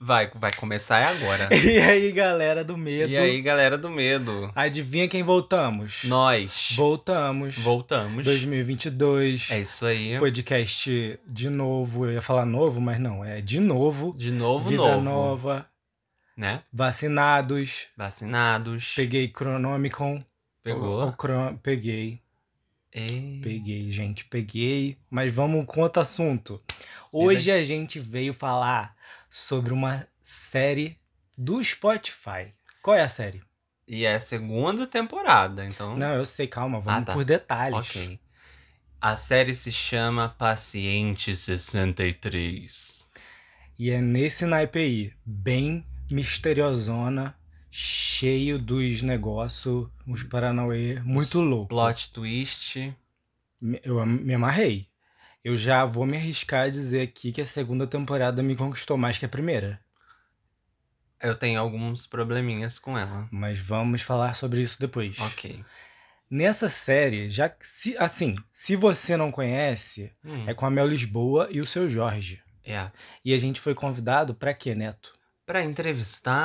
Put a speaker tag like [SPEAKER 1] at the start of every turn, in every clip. [SPEAKER 1] Vai, vai começar é agora.
[SPEAKER 2] E aí, galera do medo.
[SPEAKER 1] E aí, galera do medo.
[SPEAKER 2] Adivinha quem voltamos?
[SPEAKER 1] Nós
[SPEAKER 2] Voltamos.
[SPEAKER 1] voltamos.
[SPEAKER 2] 2022.
[SPEAKER 1] É isso aí.
[SPEAKER 2] Podcast de novo. Eu ia falar novo, mas não. É de novo.
[SPEAKER 1] De novo,
[SPEAKER 2] Vida
[SPEAKER 1] novo.
[SPEAKER 2] nova.
[SPEAKER 1] Né?
[SPEAKER 2] Vacinados.
[SPEAKER 1] Vacinados.
[SPEAKER 2] Peguei Cronomicon. O- o
[SPEAKER 1] Pegou.
[SPEAKER 2] Cron- Peguei.
[SPEAKER 1] Ei.
[SPEAKER 2] Peguei, gente. Peguei. Mas vamos com outro assunto. Hoje a gente veio falar sobre uma série do Spotify. Qual é a série?
[SPEAKER 1] E é a segunda temporada, então.
[SPEAKER 2] Não, eu sei, calma, vamos
[SPEAKER 1] Ah, tá.
[SPEAKER 2] por detalhes.
[SPEAKER 1] ok. A série se chama Paciente 63.
[SPEAKER 2] E é nesse naipe aí, bem misteriosona, cheio dos negócios, uns Paranauê, muito louco.
[SPEAKER 1] Plot twist.
[SPEAKER 2] Me- Eu am- me amarrei. Eu já vou me arriscar a dizer aqui que a segunda temporada me conquistou mais que a primeira.
[SPEAKER 1] Eu tenho alguns probleminhas com ela.
[SPEAKER 2] Mas vamos falar sobre isso depois.
[SPEAKER 1] Ok.
[SPEAKER 2] Nessa série, já que se, assim, se você não conhece,
[SPEAKER 1] Hum,
[SPEAKER 2] é com a Mel Lisboa e o seu Jorge.
[SPEAKER 1] é.
[SPEAKER 2] E a gente foi convidado pra quê, Neto?
[SPEAKER 1] Pra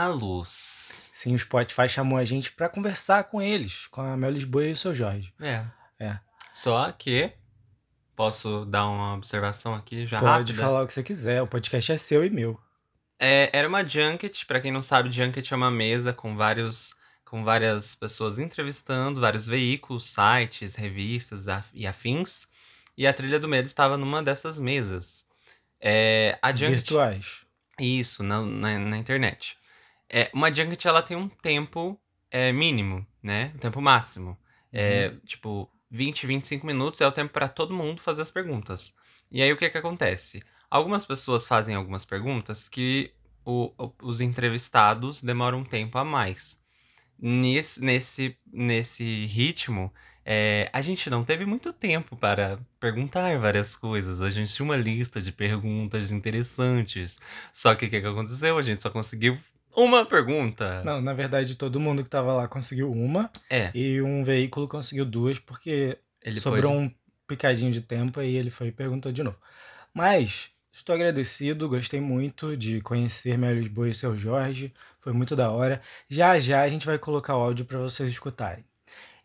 [SPEAKER 1] entrevistá-los.
[SPEAKER 2] Sim, o Spotify chamou a gente pra conversar com eles, com a Mel Lisboa e o seu Jorge.
[SPEAKER 1] É.
[SPEAKER 2] É.
[SPEAKER 1] Só que. Posso dar uma observação aqui já
[SPEAKER 2] Pode
[SPEAKER 1] rápida?
[SPEAKER 2] falar o que você quiser, o podcast é seu e meu.
[SPEAKER 1] É, era uma junket, pra quem não sabe, junket é uma mesa com vários com várias pessoas entrevistando, vários veículos, sites, revistas a- e afins. E a Trilha do Medo estava numa dessas mesas. É, a junket,
[SPEAKER 2] Virtuais.
[SPEAKER 1] Isso, na, na, na internet. É, uma junket, ela tem um tempo é, mínimo, né? Um tempo máximo. É,
[SPEAKER 2] Uhum.
[SPEAKER 1] tipo, 20, 25 minutos é o tempo para todo mundo fazer as perguntas. E aí, o que que acontece? Algumas pessoas fazem algumas perguntas que o- o- os entrevistados demoram um tempo a mais. Nesse, nesse, nesse ritmo, é, a gente não teve muito tempo para perguntar várias coisas. A gente tinha uma lista de perguntas interessantes. Só que o que, que aconteceu? A gente só conseguiu uma pergunta.
[SPEAKER 2] Não, na verdade, todo mundo que tava lá conseguiu uma
[SPEAKER 1] É,
[SPEAKER 2] e um veículo conseguiu duas, porque
[SPEAKER 1] ele
[SPEAKER 2] sobrou
[SPEAKER 1] foi.
[SPEAKER 2] um picadinho de tempo e ele foi e perguntou de novo. Mas estou agradecido, gostei muito de conhecer Mel Lisboa e o seu Jorge, foi muito da hora. Já já a gente vai colocar o áudio pra vocês escutarem.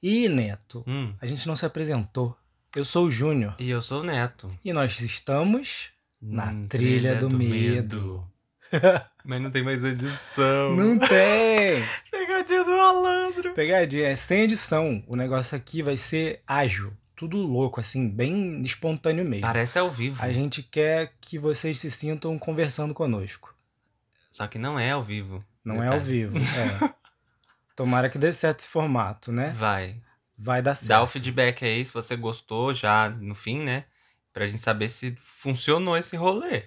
[SPEAKER 2] E, Neto,
[SPEAKER 1] Hum,
[SPEAKER 2] a gente não se apresentou. Eu sou o Júnior
[SPEAKER 1] e eu sou o Neto.
[SPEAKER 2] e nós estamos. Na
[SPEAKER 1] Hum,
[SPEAKER 2] trilha do
[SPEAKER 1] Mas não tem mais edição.
[SPEAKER 2] Não tem!
[SPEAKER 1] Pegadinha do malandro.
[SPEAKER 2] Pegadinha, é sem edição. O negócio aqui vai ser ágil, tudo louco, assim, bem espontâneo mesmo.
[SPEAKER 1] Parece ao vivo.
[SPEAKER 2] A gente quer que vocês se sintam conversando conosco.
[SPEAKER 1] Só que não é ao vivo.
[SPEAKER 2] Não é
[SPEAKER 1] Detalhe.
[SPEAKER 2] ao vivo. é. Tomara que dê certo esse formato, né?
[SPEAKER 1] Vai.
[SPEAKER 2] Vai dar certo.
[SPEAKER 1] Dá o feedback aí se você gostou já no fim, né? Pra gente saber se funcionou esse rolê.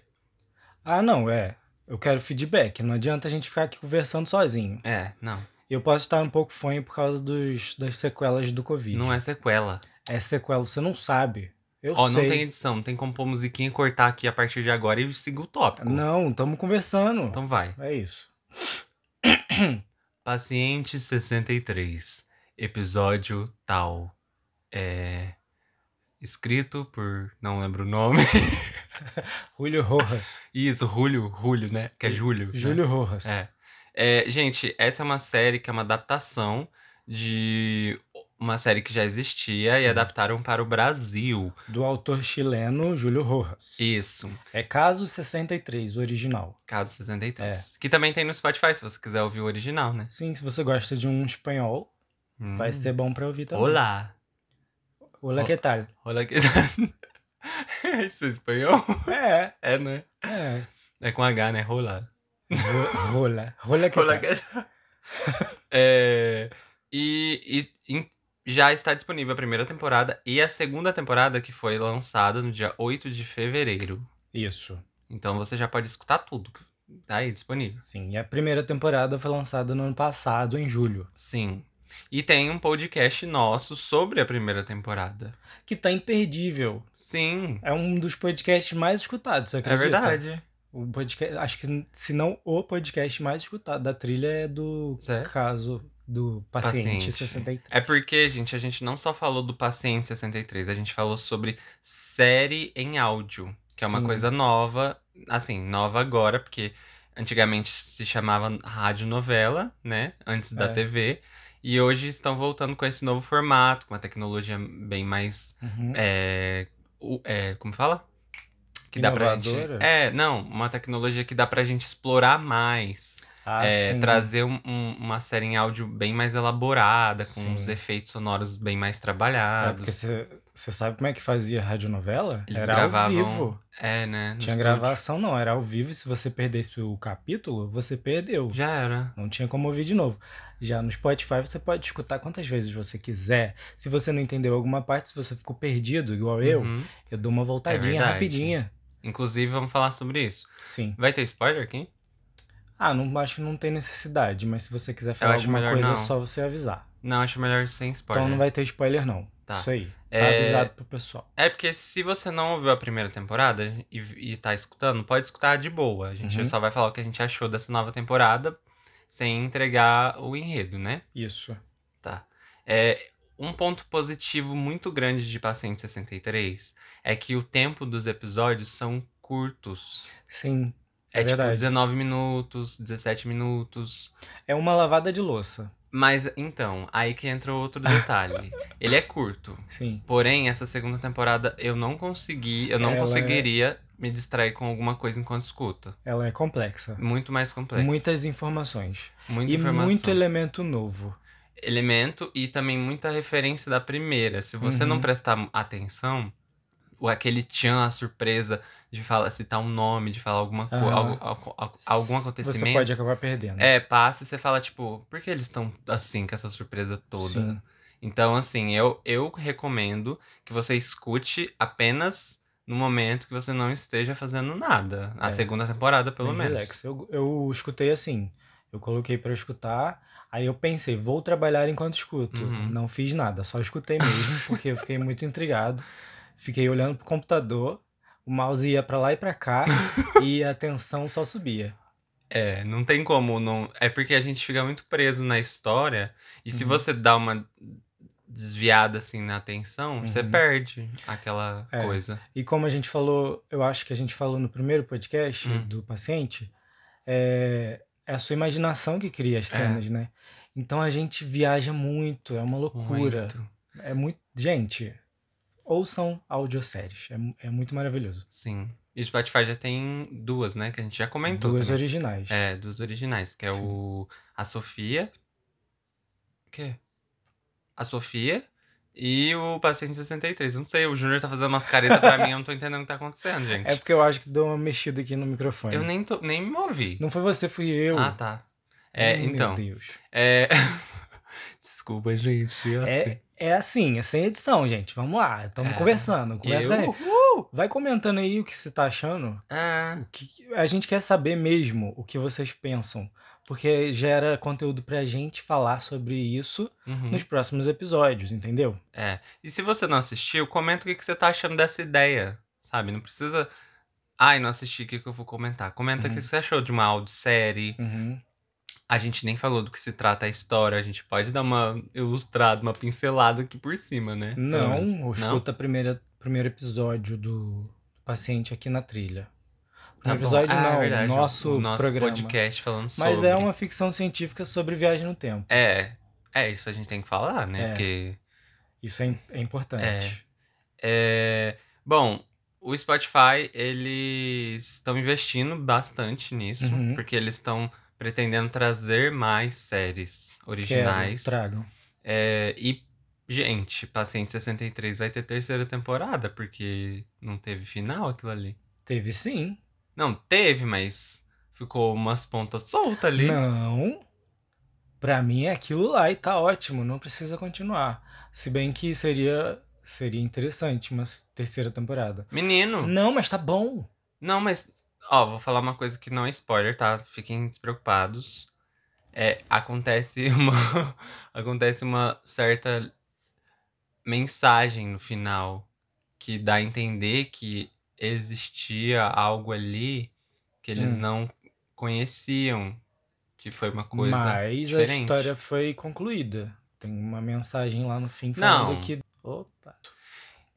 [SPEAKER 2] Ah, não, é. Eu quero feedback. Não adianta a gente ficar aqui conversando sozinho.
[SPEAKER 1] É, não.
[SPEAKER 2] Eu posso estar um pouco fã por causa dos, das sequelas do Covid.
[SPEAKER 1] Não é sequela.
[SPEAKER 2] É sequela, você não sabe. Eu
[SPEAKER 1] Ó,
[SPEAKER 2] sei.
[SPEAKER 1] não tem edição, não tem como pôr musiquinha e cortar aqui a partir de agora e seguir o tópico.
[SPEAKER 2] Não, estamos conversando.
[SPEAKER 1] Então vai.
[SPEAKER 2] É isso.
[SPEAKER 1] Paciente 63, episódio tal. É. Escrito por. Não lembro o nome.
[SPEAKER 2] Julio Rojas.
[SPEAKER 1] Isso, Julio, Julio, né? Que é Júlio. né?
[SPEAKER 2] Júlio Rojas.
[SPEAKER 1] É. É, gente, essa é uma série que é uma adaptação de uma série que já existia e
[SPEAKER 2] Sim.
[SPEAKER 1] adaptaram para o Brasil.
[SPEAKER 2] Do autor chileno Júlio Rojas.
[SPEAKER 1] Isso,
[SPEAKER 2] É caso 63, o original.
[SPEAKER 1] caso
[SPEAKER 2] É.
[SPEAKER 1] 63. Que também tem no Spotify, se você quiser ouvir o original, né?
[SPEAKER 2] Sim, se você gosta de um espanhol,
[SPEAKER 1] Hum.
[SPEAKER 2] vai ser bom pra ouvir também.
[SPEAKER 1] Olá!
[SPEAKER 2] Olá, que tal?
[SPEAKER 1] Olá que. Isso é espanhol?
[SPEAKER 2] É,
[SPEAKER 1] É, né?
[SPEAKER 2] é.
[SPEAKER 1] É com H, né? Olá.
[SPEAKER 2] Ro- Rola. Rola que
[SPEAKER 1] Olá
[SPEAKER 2] tal?
[SPEAKER 1] que. É, e, e em- já está disponível a primeira temporada e a segunda temporada que foi lançada no dia 8 de fevereiro.
[SPEAKER 2] Isso.
[SPEAKER 1] Então você já pode escutar tudo. Tá aí disponível.
[SPEAKER 2] Sim, e a primeira temporada foi lançada no ano passado, em julho.
[SPEAKER 1] Sim. E tem um podcast nosso sobre a primeira temporada.
[SPEAKER 2] Que tá imperdível.
[SPEAKER 1] Sim.
[SPEAKER 2] É um dos podcasts mais escutados, você
[SPEAKER 1] É
[SPEAKER 2] acredita?
[SPEAKER 1] verdade.
[SPEAKER 2] O podcast, acho que se não o podcast mais escutado da trilha é do
[SPEAKER 1] Certo.
[SPEAKER 2] caso do paciente,
[SPEAKER 1] Paciente.
[SPEAKER 2] 63.
[SPEAKER 1] É porque, gente, a gente não só falou do Paciente 63, a gente falou sobre série em áudio, que é uma
[SPEAKER 2] Sim.
[SPEAKER 1] coisa nova assim, nova agora, porque antigamente se chamava rádio novela, né? Antes da
[SPEAKER 2] É.
[SPEAKER 1] TV. E hoje estão voltando com esse novo formato, com uma tecnologia bem mais.
[SPEAKER 2] Uhum.
[SPEAKER 1] é, o- é, como fala? Que dá pra gente.
[SPEAKER 2] Inovadora?
[SPEAKER 1] É, não, uma tecnologia que dá pra gente explorar mais.
[SPEAKER 2] Ah,
[SPEAKER 1] É,
[SPEAKER 2] sim.
[SPEAKER 1] trazer um- um- uma série em áudio bem mais elaborada, com
[SPEAKER 2] Sim.
[SPEAKER 1] uns efeitos sonoros bem mais
[SPEAKER 2] É,
[SPEAKER 1] trabalhados.
[SPEAKER 2] porque você sabe como é que fazia radionovela?
[SPEAKER 1] Eles
[SPEAKER 2] era
[SPEAKER 1] gravavam
[SPEAKER 2] ao vivo.
[SPEAKER 1] É, né? no
[SPEAKER 2] Tinha
[SPEAKER 1] estúdio.
[SPEAKER 2] gravação, não. Era ao vivo e se você perdesse o capítulo, você perdeu.
[SPEAKER 1] Já era.
[SPEAKER 2] Não tinha como ouvir de novo. Já no Spotify você pode escutar quantas vezes você quiser. Se você não entendeu alguma parte, se você ficou perdido, igual eu,
[SPEAKER 1] Uhum.
[SPEAKER 2] eu dou uma voltadinha
[SPEAKER 1] verdade.
[SPEAKER 2] rapidinha.
[SPEAKER 1] Inclusive, vamos falar sobre isso.
[SPEAKER 2] Sim.
[SPEAKER 1] Vai ter spoiler aqui?
[SPEAKER 2] Ah, não acho que não tem necessidade, mas se você quiser falar
[SPEAKER 1] acho
[SPEAKER 2] alguma
[SPEAKER 1] melhor
[SPEAKER 2] coisa,
[SPEAKER 1] não.
[SPEAKER 2] é só você avisar.
[SPEAKER 1] Não, acho melhor sem spoiler.
[SPEAKER 2] Então não vai ter spoiler, não.
[SPEAKER 1] Tá.
[SPEAKER 2] Isso aí. Tá
[SPEAKER 1] É,
[SPEAKER 2] avisado pro pessoal.
[SPEAKER 1] É porque se você não ouviu a primeira temporada e, e tá escutando, pode escutar de boa. A gente
[SPEAKER 2] Uhum.
[SPEAKER 1] só vai falar o que a gente achou dessa nova temporada sem entregar o enredo, né?
[SPEAKER 2] Isso.
[SPEAKER 1] Tá. É, um ponto positivo muito grande de Paciente 63 é que o tempo dos episódios são curtos.
[SPEAKER 2] Sim.
[SPEAKER 1] É,
[SPEAKER 2] É
[SPEAKER 1] tipo
[SPEAKER 2] verdade.
[SPEAKER 1] 19 minutos, 17 minutos.
[SPEAKER 2] É uma lavada de louça.
[SPEAKER 1] Mas então, aí que entra outro detalhe. Ele é curto.
[SPEAKER 2] Sim.
[SPEAKER 1] Porém, essa segunda temporada eu não consegui, eu não
[SPEAKER 2] Ela é-
[SPEAKER 1] conseguiria me distrair com alguma coisa enquanto escuto.
[SPEAKER 2] Ela é complexa.
[SPEAKER 1] Muito mais complexo.
[SPEAKER 2] Muitas informações.
[SPEAKER 1] muita
[SPEAKER 2] e
[SPEAKER 1] informação.
[SPEAKER 2] muito elemento novo.
[SPEAKER 1] elemento e também muita referência da primeira. Se você
[SPEAKER 2] Uhum.
[SPEAKER 1] não prestar atenção, o aquele tchan, a surpresa de falar, citar um nome, de falar alguma coisa,
[SPEAKER 2] Aham.
[SPEAKER 1] algo, algo- algo- algum acontecimento.
[SPEAKER 2] Você pode acabar perdendo.
[SPEAKER 1] É, passa e você fala, tipo, por que eles estão assim com essa surpresa toda?
[SPEAKER 2] Sim.
[SPEAKER 1] Então, assim, eu, eu recomendo que você escute apenas no momento que você não esteja fazendo nada. A
[SPEAKER 2] É.
[SPEAKER 1] segunda temporada, pelo
[SPEAKER 2] Bem
[SPEAKER 1] menos.
[SPEAKER 2] Relax. Eu, eu escutei assim. Eu coloquei pra escutar. Aí eu pensei, vou trabalhar enquanto escuto.
[SPEAKER 1] Uhum.
[SPEAKER 2] Não fiz nada, só escutei mesmo, porque eu fiquei muito intrigado. Fiquei olhando pro computador, o mouse ia pra lá e pra cá, e a tensão só subia.
[SPEAKER 1] É, não tem como não. É porque a gente fica muito preso na história. E se
[SPEAKER 2] Uhum.
[SPEAKER 1] você dá uma desviada assim na atenção, você
[SPEAKER 2] Uhum.
[SPEAKER 1] perde aquela
[SPEAKER 2] É.
[SPEAKER 1] coisa.
[SPEAKER 2] E como a gente falou, eu acho que a gente falou no primeiro podcast
[SPEAKER 1] Hum.
[SPEAKER 2] do paciente, é, é a sua imaginação que cria
[SPEAKER 1] É.
[SPEAKER 2] as cenas, né? Então a gente viaja muito, é uma loucura.
[SPEAKER 1] Muito.
[SPEAKER 2] É muito. Gente, ouçam audioséries. É, mu- é muito maravilhoso.
[SPEAKER 1] Sim. E o Spotify já tem duas, né? Que a gente já comentou.
[SPEAKER 2] Duas
[SPEAKER 1] também.
[SPEAKER 2] originais.
[SPEAKER 1] É, dos originais, que é
[SPEAKER 2] Sim.
[SPEAKER 1] o. A Sofia. O quê? A Sofia e o Paciente 63. Eu Não sei, o Júnior tá fazendo umas caretas pra mim, eu não tô entendendo o que tá acontecendo, gente.
[SPEAKER 2] É porque eu acho que deu uma mexida aqui no microfone.
[SPEAKER 1] Eu nem, tô, nem me ouvi.
[SPEAKER 2] Não foi você, fui eu.
[SPEAKER 1] Ah, tá. É,
[SPEAKER 2] Ai,
[SPEAKER 1] então.
[SPEAKER 2] Meu Deus.
[SPEAKER 1] É. Desculpa, gente. Eu
[SPEAKER 2] É,
[SPEAKER 1] sei.
[SPEAKER 2] é assim, é sem edição, gente. Vamos lá. Estamos
[SPEAKER 1] É.
[SPEAKER 2] conversando. Conversa
[SPEAKER 1] Eu?
[SPEAKER 2] aí. Vai comentando aí o que você tá achando.
[SPEAKER 1] Ah,
[SPEAKER 2] O que- a gente quer saber mesmo o que vocês pensam. Porque gera conteúdo pra gente falar sobre isso
[SPEAKER 1] uhum.
[SPEAKER 2] nos próximos episódios, entendeu?
[SPEAKER 1] É. E se você não assistiu, comenta o que, que você tá achando dessa ideia, sabe? Não precisa. Ai, não assisti, o que, que eu vou comentar? Comenta o que
[SPEAKER 2] Uhum.
[SPEAKER 1] você achou de uma audiosérie.
[SPEAKER 2] Uhum.
[SPEAKER 1] A gente nem falou do que se trata a história, a gente pode dar uma ilustrada, uma pincelada aqui por cima, né? Pelo
[SPEAKER 2] Não,
[SPEAKER 1] menos.
[SPEAKER 2] ou escuta o primeiro, primeiro episódio do paciente aqui na trilha.
[SPEAKER 1] Tá bom.
[SPEAKER 2] Primeiro episódio
[SPEAKER 1] Ah, é
[SPEAKER 2] não,
[SPEAKER 1] verdade, o-
[SPEAKER 2] nosso,
[SPEAKER 1] o nosso
[SPEAKER 2] programa.
[SPEAKER 1] podcast falando
[SPEAKER 2] Mas
[SPEAKER 1] sobre.
[SPEAKER 2] é uma ficção científica sobre viagem no tempo.
[SPEAKER 1] É, é isso a gente tem que falar, né?
[SPEAKER 2] É.
[SPEAKER 1] Porque.
[SPEAKER 2] Isso é, im- é importante.
[SPEAKER 1] É... Bom, o Spotify, eles estão investindo bastante nisso,
[SPEAKER 2] Uhum.
[SPEAKER 1] porque eles estão pretendendo trazer mais séries
[SPEAKER 2] Quero,
[SPEAKER 1] originais.
[SPEAKER 2] tragam.
[SPEAKER 1] É, e, gente, Paciente 63 vai ter terceira temporada, porque não teve final aquilo ali.
[SPEAKER 2] Teve sim.
[SPEAKER 1] Não, teve, mas ficou umas pontas soltas ali.
[SPEAKER 2] Não. Pra mim é aquilo lá e tá ótimo, não precisa continuar. Se bem que seria, seria interessante uma s- terceira temporada.
[SPEAKER 1] Menino,
[SPEAKER 2] Não, mas tá bom.
[SPEAKER 1] não, mas. Ó, vou falar uma coisa que não é spoiler, tá? Fiquem despreocupados. É, acontece uma. acontece uma certa mensagem no final que dá a entender que existia algo ali que eles
[SPEAKER 2] Hum.
[SPEAKER 1] não conheciam. Que foi uma coisa.
[SPEAKER 2] Mas a
[SPEAKER 1] diferente.
[SPEAKER 2] história foi concluída. Tem uma mensagem lá no fim falando
[SPEAKER 1] Não.
[SPEAKER 2] que. Opa!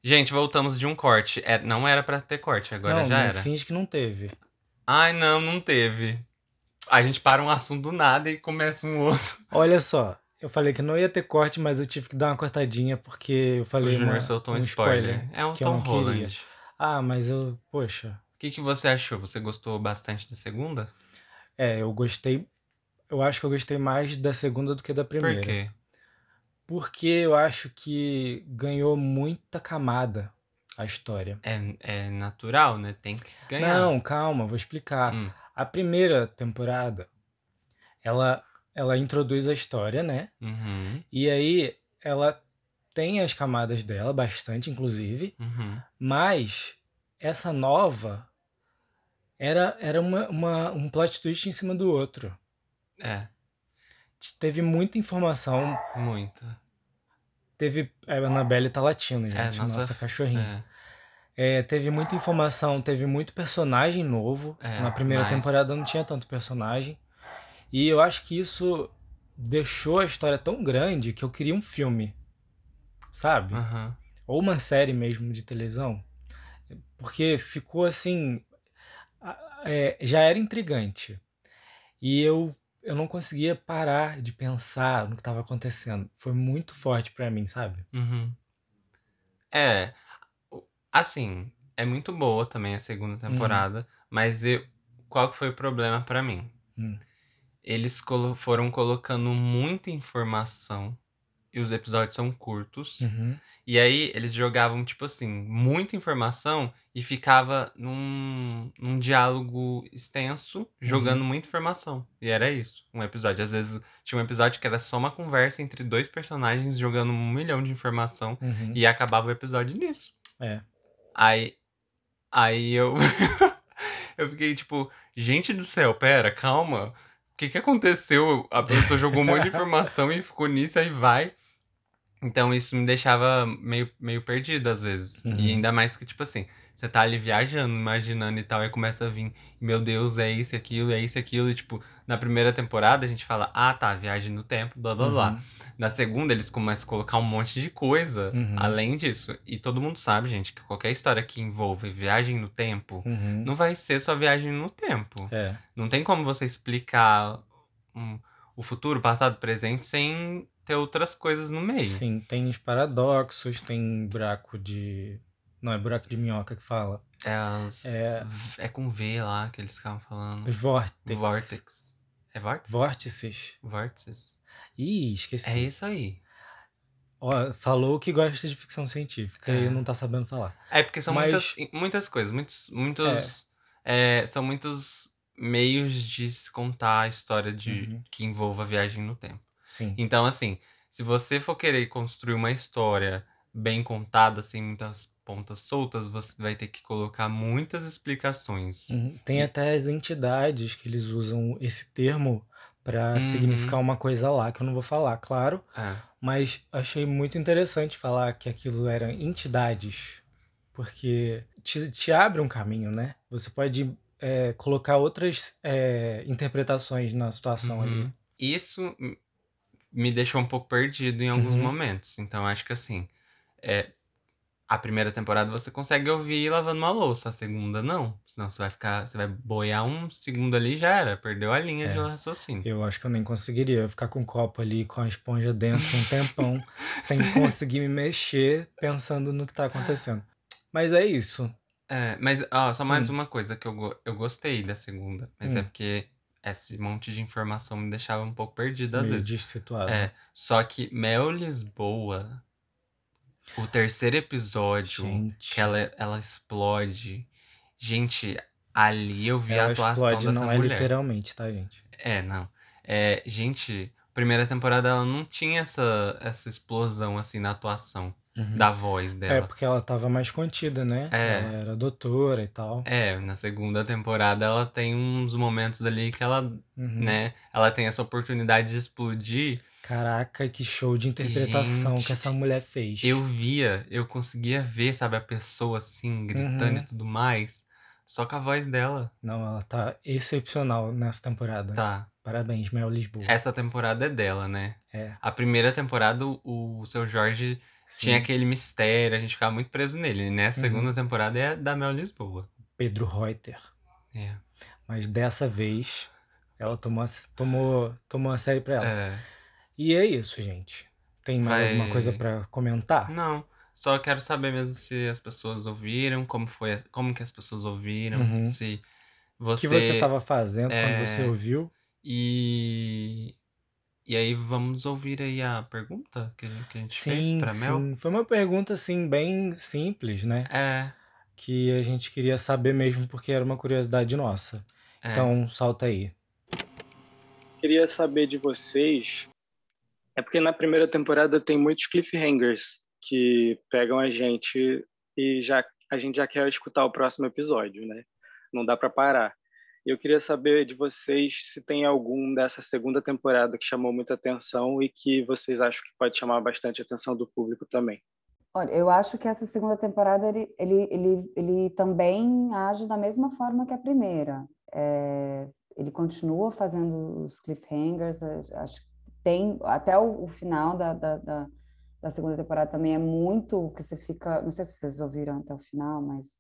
[SPEAKER 1] Gente, voltamos de um corte. É, não era pra ter corte, agora
[SPEAKER 2] não,
[SPEAKER 1] já
[SPEAKER 2] não
[SPEAKER 1] era.
[SPEAKER 2] finge que não teve.
[SPEAKER 1] Ai, não, não teve. A gente para um assunto do nada e começa um outro.
[SPEAKER 2] Olha só, eu falei que não ia ter corte, mas eu tive que dar uma cortadinha porque eu
[SPEAKER 1] O
[SPEAKER 2] falei.
[SPEAKER 1] Junior
[SPEAKER 2] uma-
[SPEAKER 1] soltou um
[SPEAKER 2] um
[SPEAKER 1] spoiler. É um
[SPEAKER 2] que eu
[SPEAKER 1] Tom
[SPEAKER 2] não queria.
[SPEAKER 1] Holland.
[SPEAKER 2] Ah, mas eu. Poxa.
[SPEAKER 1] O que, que você achou? Você gostou bastante da segunda?
[SPEAKER 2] É, eu gostei. Eu acho que eu gostei mais da segunda do que da primeira.
[SPEAKER 1] Por quê?
[SPEAKER 2] Porque eu acho que ganhou muita camada a história.
[SPEAKER 1] É, é natural, né? Tem que ganhar.
[SPEAKER 2] Não, calma, vou explicar.
[SPEAKER 1] Hum.
[SPEAKER 2] A primeira temporada, ela, ela introduz a história, né?
[SPEAKER 1] Uhum,
[SPEAKER 2] E aí ela tem as camadas dela, bastante inclusive,
[SPEAKER 1] uhum.
[SPEAKER 2] mas essa nova era, era uma, uma- um plot twist em cima do outro.
[SPEAKER 1] É,
[SPEAKER 2] Teve muita informação.
[SPEAKER 1] muito.
[SPEAKER 2] Teve. A Annabelle tá latindo, gente,
[SPEAKER 1] É, nossa-
[SPEAKER 2] nossa, cachorrinha.
[SPEAKER 1] É.
[SPEAKER 2] É, teve muita informação, teve muito personagem novo.
[SPEAKER 1] É,
[SPEAKER 2] Na primeira
[SPEAKER 1] mas-
[SPEAKER 2] temporada não tinha tanto personagem. E eu acho que isso deixou a história tão grande que eu queria um filme, sabe?
[SPEAKER 1] Aham.
[SPEAKER 2] Ou uma série mesmo de televisão. Porque ficou assim. a- é, já era intrigante. E eu, eu não conseguia parar de pensar no que estava acontecendo. Foi muito forte pra mim, sabe?
[SPEAKER 1] Uhum. É. o- Assim, é muito boa também a segunda
[SPEAKER 2] Hum.
[SPEAKER 1] temporada, mas eu, qual que foi o problema pra mim?
[SPEAKER 2] Hum.
[SPEAKER 1] Eles colo- foram colocando muita informação e os episódios são curtos.
[SPEAKER 2] Uhum.
[SPEAKER 1] E aí eles jogavam, tipo assim, muita informação e ficava num, num diálogo extenso, jogando muita informação. E era isso, um episódio. Às vezes tinha um episódio que era só uma conversa entre dois personagens jogando um milhão de informação
[SPEAKER 2] uhum.
[SPEAKER 1] e acabava o episódio nisso.
[SPEAKER 2] É.
[SPEAKER 1] Aí, aí eu. eu fiquei tipo, gente do céu, pera, calma. O que, que aconteceu? A pessoa jogou um monte de informação e ficou nisso, aí vai. Então isso me deixava meio, meio perdido às vezes.
[SPEAKER 2] Uhum.
[SPEAKER 1] E ainda mais que, tipo assim, você tá ali viajando, imaginando e tal, e começa a vir, meu Deus, é isso, e aquilo, é isso, e aquilo. E, tipo, na primeira temporada a gente fala, ah tá, viagem no tempo, blá blá blá. Na segunda, eles começam a colocar um monte de coisa
[SPEAKER 2] Uhum.
[SPEAKER 1] além disso. E todo mundo sabe, gente, que qualquer história que envolve viagem no tempo,
[SPEAKER 2] Uhum.
[SPEAKER 1] não vai ser só viagem no tempo.
[SPEAKER 2] É.
[SPEAKER 1] Não tem como você explicar hum, o futuro, passado, presente sem ter outras coisas no meio.
[SPEAKER 2] Sim, tem os paradoxos, tem buraco de. Não, é buraco de minhoca que fala.
[SPEAKER 1] É, as-
[SPEAKER 2] É.
[SPEAKER 1] é com V lá que eles ficavam falando.
[SPEAKER 2] Os vórtices.
[SPEAKER 1] Vortex. É vórtice?
[SPEAKER 2] Vórtices.
[SPEAKER 1] Vórtices.
[SPEAKER 2] Ih, esqueci.
[SPEAKER 1] É isso aí.
[SPEAKER 2] Ó, falou que gosta de ficção científica
[SPEAKER 1] É.
[SPEAKER 2] e não tá sabendo falar.
[SPEAKER 1] É, porque são
[SPEAKER 2] Mas-
[SPEAKER 1] muitas, muitas coisas, muitos, muitos, é, são muitos meios de se contar a história de
[SPEAKER 2] Uhum.
[SPEAKER 1] que envolva a viagem no tempo.
[SPEAKER 2] Sim.
[SPEAKER 1] Então, assim, se você for querer construir uma história bem contada, sem muitas pontas soltas, você vai ter que colocar muitas explicações.
[SPEAKER 2] Uhum. Tem até as entidades que eles usam esse termo pra
[SPEAKER 1] Uhum.
[SPEAKER 2] significar uma coisa lá, que eu não vou falar, claro.
[SPEAKER 1] É.
[SPEAKER 2] Mas achei muito interessante falar que aquilo eram entidades, porque te, te abre um caminho, né? Você pode é, colocar outras é, interpretações na situação
[SPEAKER 1] Uhum.
[SPEAKER 2] ali.
[SPEAKER 1] Isso m- me deixou um pouco perdido em alguns
[SPEAKER 2] Uhum.
[SPEAKER 1] momentos. Então, acho que assim, é, a primeira temporada você consegue ouvir lavando uma louça, a segunda não. Senão você vai ficar, você vai boiar um segundo ali e já era, perdeu a linha de
[SPEAKER 2] É.
[SPEAKER 1] raciocínio.
[SPEAKER 2] Eu acho que eu nem conseguiria. Eu ia ficar com um copo ali com a esponja dentro um tempão, sem conseguir me mexer, pensando no que tá acontecendo. Mas é isso.
[SPEAKER 1] É, mas ó, só mais uma coisa que eu, go- eu gostei da segunda, mas é
[SPEAKER 2] Hum.
[SPEAKER 1] porque esse monte de informação me deixava um pouco perdido às
[SPEAKER 2] Meio
[SPEAKER 1] vezes.
[SPEAKER 2] destituado.
[SPEAKER 1] É, só que Mel Lisboa, o terceiro episódio,
[SPEAKER 2] Gente.
[SPEAKER 1] que ela, ela explode. Gente, ali eu vi
[SPEAKER 2] Ela
[SPEAKER 1] a atuação
[SPEAKER 2] explode,
[SPEAKER 1] dessa
[SPEAKER 2] não é
[SPEAKER 1] mulher.
[SPEAKER 2] literalmente, tá, gente?
[SPEAKER 1] É, não. É, gente, primeira temporada ela não tinha essa, essa explosão assim na atuação
[SPEAKER 2] Uhum.
[SPEAKER 1] da voz
[SPEAKER 2] É,
[SPEAKER 1] dela.
[SPEAKER 2] porque ela tava mais contida, né?
[SPEAKER 1] É.
[SPEAKER 2] Ela era doutora e tal.
[SPEAKER 1] É, na segunda temporada ela tem uns momentos ali que ela,
[SPEAKER 2] Uhum.
[SPEAKER 1] né, ela tem essa oportunidade de explodir
[SPEAKER 2] Caraca, que show de interpretação
[SPEAKER 1] Gente,
[SPEAKER 2] que essa mulher fez.
[SPEAKER 1] Eu via, eu conseguia ver, sabe, a pessoa assim, gritando
[SPEAKER 2] Uhum.
[SPEAKER 1] e tudo mais. Só com a voz dela.
[SPEAKER 2] Não, ela tá excepcional nessa temporada.
[SPEAKER 1] Tá.
[SPEAKER 2] Parabéns, Mel Lisboa.
[SPEAKER 1] Essa temporada é dela, né?
[SPEAKER 2] É.
[SPEAKER 1] A primeira temporada, o, o seu Jorge
[SPEAKER 2] Sim,
[SPEAKER 1] tinha aquele mistério, a gente ficava muito preso nele. né? E nessa
[SPEAKER 2] Uhum.
[SPEAKER 1] segunda temporada é a da Mel Lisboa.
[SPEAKER 2] Pedro Reuter.
[SPEAKER 1] É.
[SPEAKER 2] Mas dessa vez, ela tomou a, tomou, tomou a série pra ela.
[SPEAKER 1] É,
[SPEAKER 2] E é isso, gente. Tem mais
[SPEAKER 1] Vai-
[SPEAKER 2] alguma coisa pra comentar?
[SPEAKER 1] não. Só quero saber mesmo se as pessoas ouviram, como foi, como que as pessoas ouviram,
[SPEAKER 2] Uhum.
[SPEAKER 1] se
[SPEAKER 2] O
[SPEAKER 1] você
[SPEAKER 2] que você tava fazendo
[SPEAKER 1] é,
[SPEAKER 2] quando você ouviu?
[SPEAKER 1] e e aí vamos ouvir aí a pergunta que, que a gente fez pra Mel.
[SPEAKER 2] sim. Foi uma pergunta, assim, bem simples, né?
[SPEAKER 1] É,
[SPEAKER 2] Que a gente queria saber mesmo, porque era uma curiosidade nossa.
[SPEAKER 1] é.
[SPEAKER 2] Então, salta aí.
[SPEAKER 3] queria saber de vocês. É porque na primeira temporada tem muitos cliffhangers que pegam a gente e já a gente já quer escutar o próximo episódio, né? Não dá para parar. E Eu queria saber de vocês se tem algum dessa segunda temporada que chamou muita atenção e que vocês acham que pode chamar bastante atenção do público também.
[SPEAKER 4] Olha, eu acho que essa segunda temporada ele, ele, ele, ele também age da mesma forma que a primeira. É, ele continua fazendo os cliffhangers, a- acho que tem até o, o final da, da, da, da segunda temporada também é muito que você fica. Não sei se vocês ouviram até o final, mas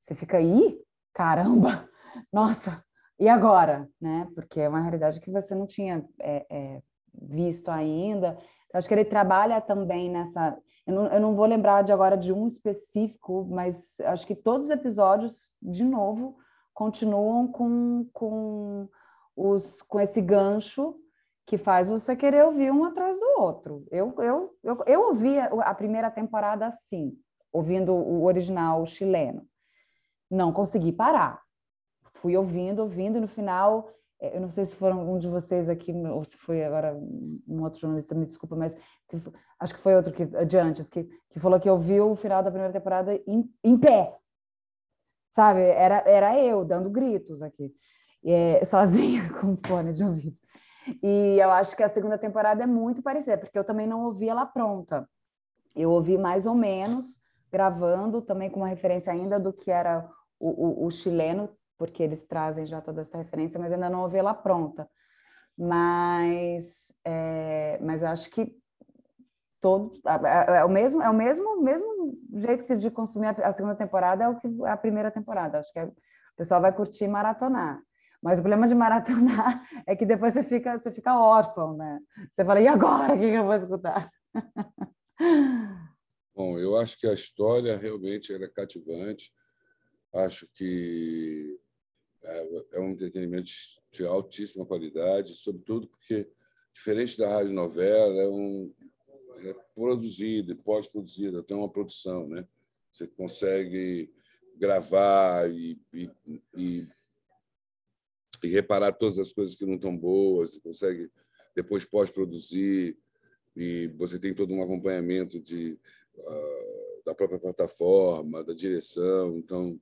[SPEAKER 4] você fica aí, caramba, nossa, e agora? Né? Porque é uma realidade que você não tinha é, é, visto ainda. Eu acho que ele trabalha também nessa, eu não, eu não vou lembrar de agora de um específico, mas acho que todos os episódios, de novo, continuam com, com, os, com esse gancho que faz você querer ouvir um atrás do outro. Eu, eu, eu, eu ouvi a a primeira temporada assim, ouvindo o original chileno. Não consegui parar. Fui ouvindo, ouvindo, e no final, eh, eu não sei se foram um de vocês aqui, ou se foi agora um outro jornalista, me desculpa, mas que acho que foi outro que de antes que, que falou que ouviu o final da primeira temporada em, em pé sabe era era eu dando gritos aqui é, sozinha com fone de ouvido e eu acho que a segunda temporada é muito parecida porque eu também não ouvi ela pronta eu ouvi mais ou menos gravando também com uma referência ainda do que era o, o, o chileno porque eles trazem já toda essa referência mas ainda não ouvi ela pronta mas é, mas eu acho que todo é, é- é o mesmo é o mesmo mesmo jeito que de consumir a, a segunda temporada é o que a primeira temporada acho que é- o pessoal vai curtir e maratonar mas o problema de maratonar é que depois você fica você fica órfão né você fala e agora o que, que eu vou escutar
[SPEAKER 5] Bom, eu acho que a história realmente era cativante. Acho que é- é um entretenimento de altíssima qualidade, sobretudo porque, diferente da rádio novela, é, um, é produzido, e pós-produzido, tem uma produção. Né? Você consegue gravar e, e- e- e reparar todas as coisas que não estão boas, você consegue depois pós-produzir, e você tem todo um acompanhamento de ah, da própria plataforma, da direção. Então,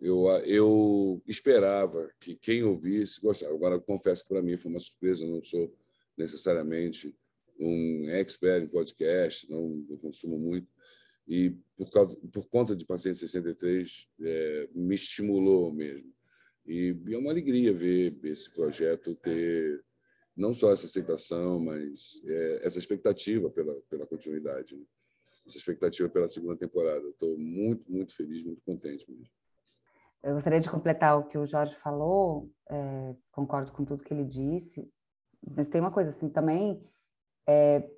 [SPEAKER 5] eu, a- eu esperava que quem ouvisse gostasse. Agora, confesso que para mim foi uma surpresa, eu não sou necessariamente um expert em podcast, não, não consumo muito. E por, causa, por conta de Paciência 63, eh, me estimulou mesmo. E é uma alegria ver esse projeto ter não só essa aceitação, mas eh, essa expectativa pela, pela continuidade. né? essa expectativa pela segunda temporada. Estou muito, muito feliz, muito contente mesmo.
[SPEAKER 4] eu gostaria de completar o que o Jorge falou é, concordo com tudo que ele disse mas tem uma coisa assim também é,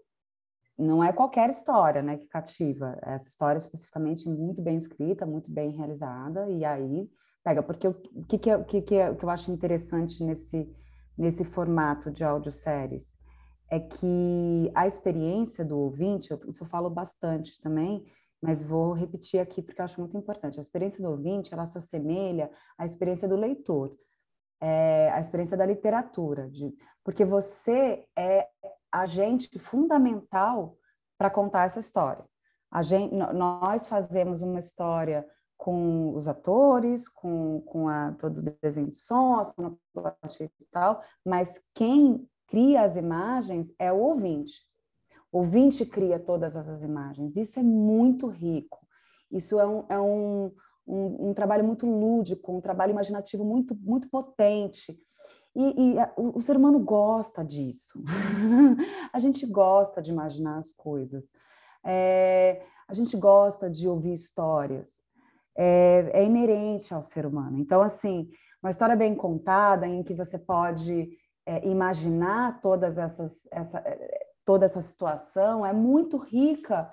[SPEAKER 4] não é qualquer história né que cativa essa história especificamente é muito bem escrita muito bem realizada e aí pega porque o o que que, é- o que que é- o que eu acho interessante nesse nesse formato de audioséries é que a experiência do ouvinte eu- isso eu falo bastante também mas vou repetir aqui porque eu acho muito importante a experiência do ouvinte ela se assemelha à experiência do leitor é, a experiência da literatura de, porque você é agente fundamental para contar essa história. A gente, nós fazemos uma história com os atores, com, com a, todo o desenho de som, a sonoplastia e tal, mas quem cria as imagens é o ouvinte. O ouvinte cria todas essas imagens. Isso é muito rico. Isso é um, é um, um, um trabalho muito lúdico, um trabalho imaginativo muito, muito potente. E, e a- o, o ser humano gosta disso. a gente gosta de imaginar as coisas. É, a gente gosta de ouvir histórias. É, é inerente ao ser humano. Então, assim, uma história bem contada em que você pode é, imaginar todas essas, essa, toda essa situação é muito rica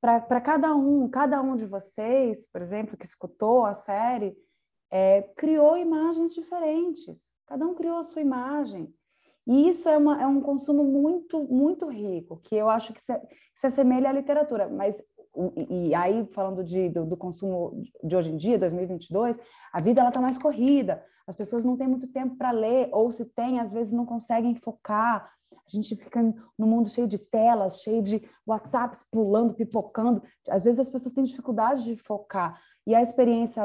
[SPEAKER 4] para cada um. Cada um de vocês, por exemplo, que escutou a série, é, criou imagens diferentes. Cada um criou a sua imagem. E isso é, uma, é um consumo muito, muito rico, que eu acho que se, se assemelha à literatura. Mas, e, e aí, falando de, do, do, consumo de hoje em dia, 2022, a vida está mais corrida, as pessoas não têm muito tempo para ler, ou se tem, às vezes não conseguem focar. A gente fica no mundo cheio de telas, cheio de WhatsApps pulando, pipocando. Às vezes as pessoas têm dificuldade de focar. E a experiência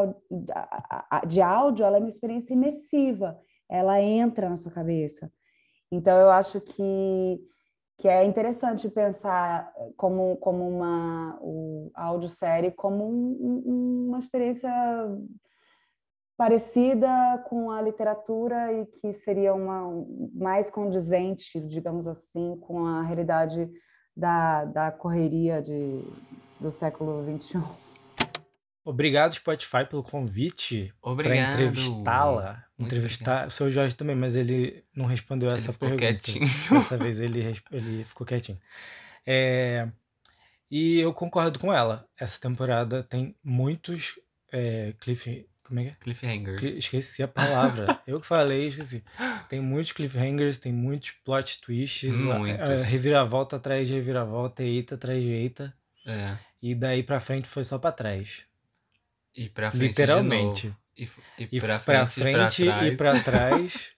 [SPEAKER 4] de áudio ela é uma experiência imersiva, ela entra na sua cabeça. Então, eu acho que, que é interessante pensar eh, como, como uma o, a audiosérie como um, um, uma experiência parecida com a literatura e que seria uma um, mais condizente, digamos assim, com a realidade da, da correria de, do século um. XXI.
[SPEAKER 6] Obrigado, Spotify, pelo convite.
[SPEAKER 1] Obrigado.
[SPEAKER 6] Para entrevistá-la.
[SPEAKER 1] Muito
[SPEAKER 6] Entrevistar o seu Jorge também, mas ele não respondeu essa
[SPEAKER 1] ficou
[SPEAKER 6] pergunta.
[SPEAKER 1] quietinho.
[SPEAKER 6] Dessa vez ele, res- ele ficou quietinho. É, e eu concordo com ela. Essa temporada tem muitos é, cliff. Como é que é?
[SPEAKER 1] Cliffhangers.
[SPEAKER 6] Cli- Esqueci a palavra. eu que falei, esqueci. Tem muitos cliffhangers, tem muitos plot twists.
[SPEAKER 1] Muitos.
[SPEAKER 6] a- a Reviravolta atrás de reviravolta, eita atrás de eita.
[SPEAKER 1] É.
[SPEAKER 6] E daí pra frente foi só pra trás.
[SPEAKER 1] E pra frente de
[SPEAKER 6] Literalmente.
[SPEAKER 1] novo. E, f- e
[SPEAKER 6] E
[SPEAKER 1] pra
[SPEAKER 6] pra,
[SPEAKER 1] frente, e pra
[SPEAKER 6] frente
[SPEAKER 1] trás.
[SPEAKER 6] e pra trás.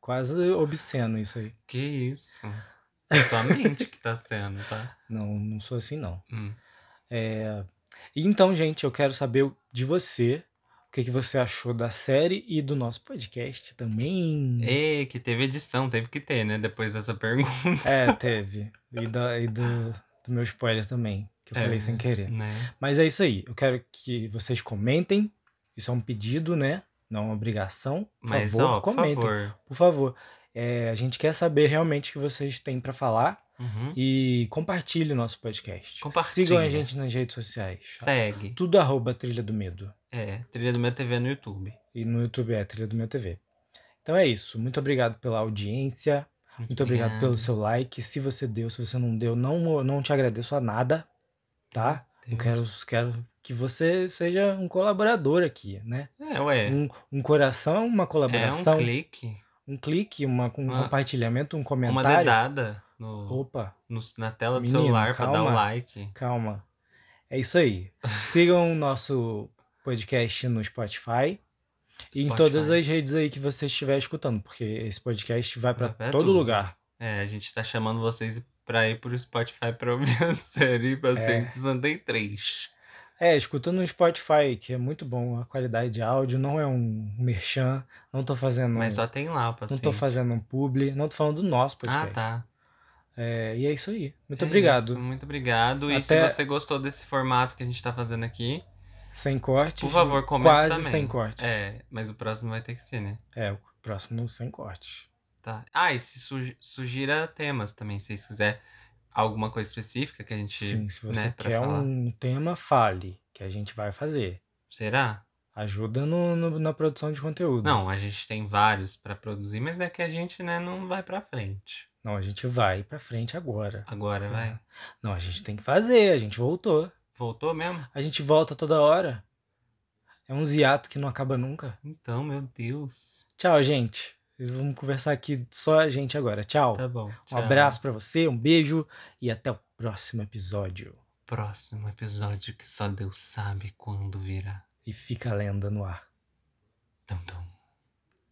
[SPEAKER 6] quase obsceno isso aí.
[SPEAKER 1] Que isso? Sua mente que tá sendo, tá?
[SPEAKER 6] Não, não sou assim, não.
[SPEAKER 1] Hum.
[SPEAKER 6] É... e Então, gente, eu quero saber de você. O que, que você achou da série e do nosso podcast também.
[SPEAKER 1] Ei, que teve edição, teve que ter, né? Depois dessa pergunta,
[SPEAKER 6] É, teve. E, da, e do, do meu spoiler também, que eu
[SPEAKER 1] É.
[SPEAKER 6] falei sem querer.
[SPEAKER 1] né?
[SPEAKER 6] Mas é isso aí. Eu quero que vocês comentem. Isso é um pedido, né? Não é uma obrigação. Por
[SPEAKER 1] Mas,
[SPEAKER 6] favor,
[SPEAKER 1] ó, por
[SPEAKER 6] comentem.
[SPEAKER 1] favor.
[SPEAKER 6] Por favor. É, a gente quer saber realmente o que vocês têm pra falar.
[SPEAKER 1] Uhum.
[SPEAKER 6] E compartilhe o nosso podcast.
[SPEAKER 1] Compartilha.
[SPEAKER 6] Sigam a gente nas redes sociais.
[SPEAKER 1] Segue.
[SPEAKER 6] Tudo arroba Trilha do Medo.
[SPEAKER 1] É, Trilha do Meu TV no YouTube.
[SPEAKER 6] E no YouTube é Trilha do Meu TV. Então é isso. Muito obrigado pela audiência. Muito obrigado pelo seu like. Se você deu, se você não deu, não, não te agradeço a nada, tá? Eu quero, quero que você seja um colaborador aqui, né?
[SPEAKER 1] É, ué.
[SPEAKER 6] Um, um coração, uma
[SPEAKER 1] É
[SPEAKER 6] colaboração,
[SPEAKER 1] um
[SPEAKER 6] um,
[SPEAKER 1] clique,
[SPEAKER 6] clique, uma- um
[SPEAKER 1] Uma-
[SPEAKER 6] compartilhamento, um
[SPEAKER 1] uma
[SPEAKER 6] comentário.
[SPEAKER 1] dedada no,
[SPEAKER 6] Opa,
[SPEAKER 1] no- na tela do
[SPEAKER 6] Menino,
[SPEAKER 1] celular pra dar o
[SPEAKER 6] calma.
[SPEAKER 1] like.
[SPEAKER 6] Calma. É isso aí. Sigam o nosso podcast no Spotify, e em
[SPEAKER 1] Spotify.
[SPEAKER 6] todas as redes aí que você estiver escutando, porque esse podcast vai pra
[SPEAKER 1] Vai pra
[SPEAKER 6] todo
[SPEAKER 1] tudo.
[SPEAKER 6] lugar.
[SPEAKER 1] É, a gente tá chamando vocês pra ir pro Spotify pra ouvir a série pra
[SPEAKER 6] É.
[SPEAKER 1] 163.
[SPEAKER 6] É, escutando no Spotify, que é muito bom, a qualidade de áudio não é um merchan, não tô fazendo
[SPEAKER 1] Mas
[SPEAKER 6] um-
[SPEAKER 1] só tem lá, pra
[SPEAKER 6] não tô fazendo um publi, não tô falando do nosso
[SPEAKER 1] Ah,
[SPEAKER 6] podcast.
[SPEAKER 1] tá.
[SPEAKER 6] É, e é isso aí. Muito
[SPEAKER 1] É
[SPEAKER 6] obrigado.
[SPEAKER 1] isso, muito obrigado. E
[SPEAKER 6] Até-
[SPEAKER 1] se você gostou desse formato que a gente tá fazendo aqui,
[SPEAKER 6] Sem cortes.
[SPEAKER 1] por favor, comenta
[SPEAKER 6] quase
[SPEAKER 1] também.
[SPEAKER 6] sem cortes.
[SPEAKER 1] É, mas o próximo vai ter que ser, né?
[SPEAKER 6] É, o próximo sem cortes.
[SPEAKER 1] Tá. Ah, e se su- sugira temas também, se vocês quiserem alguma coisa específica que a gente.
[SPEAKER 6] Sim, se você
[SPEAKER 1] né, pra
[SPEAKER 6] quer
[SPEAKER 1] falar.
[SPEAKER 6] um tema, fale, que a gente vai fazer.
[SPEAKER 1] Será?
[SPEAKER 6] Ajuda no, no- na produção de conteúdo.
[SPEAKER 1] Não, a gente tem vários pra produzir, mas é que a gente, né, não vai pra frente.
[SPEAKER 6] Não, a gente vai pra frente agora.
[SPEAKER 1] Agora, vai.
[SPEAKER 6] Não, a gente tem que fazer, a gente voltou.
[SPEAKER 1] Voltou mesmo?
[SPEAKER 6] A gente volta toda hora. É um ziato que não acaba nunca.
[SPEAKER 1] Então, meu Deus.
[SPEAKER 6] Tchau, gente. Vamos conversar aqui só a gente agora. Tchau.
[SPEAKER 1] Tá bom.
[SPEAKER 6] Um
[SPEAKER 1] tchau.
[SPEAKER 6] abraço pra você, um beijo e até o próximo episódio.
[SPEAKER 1] Próximo episódio que só Deus sabe quando virá.
[SPEAKER 6] E fica a lenda no ar.
[SPEAKER 1] Tum, tum.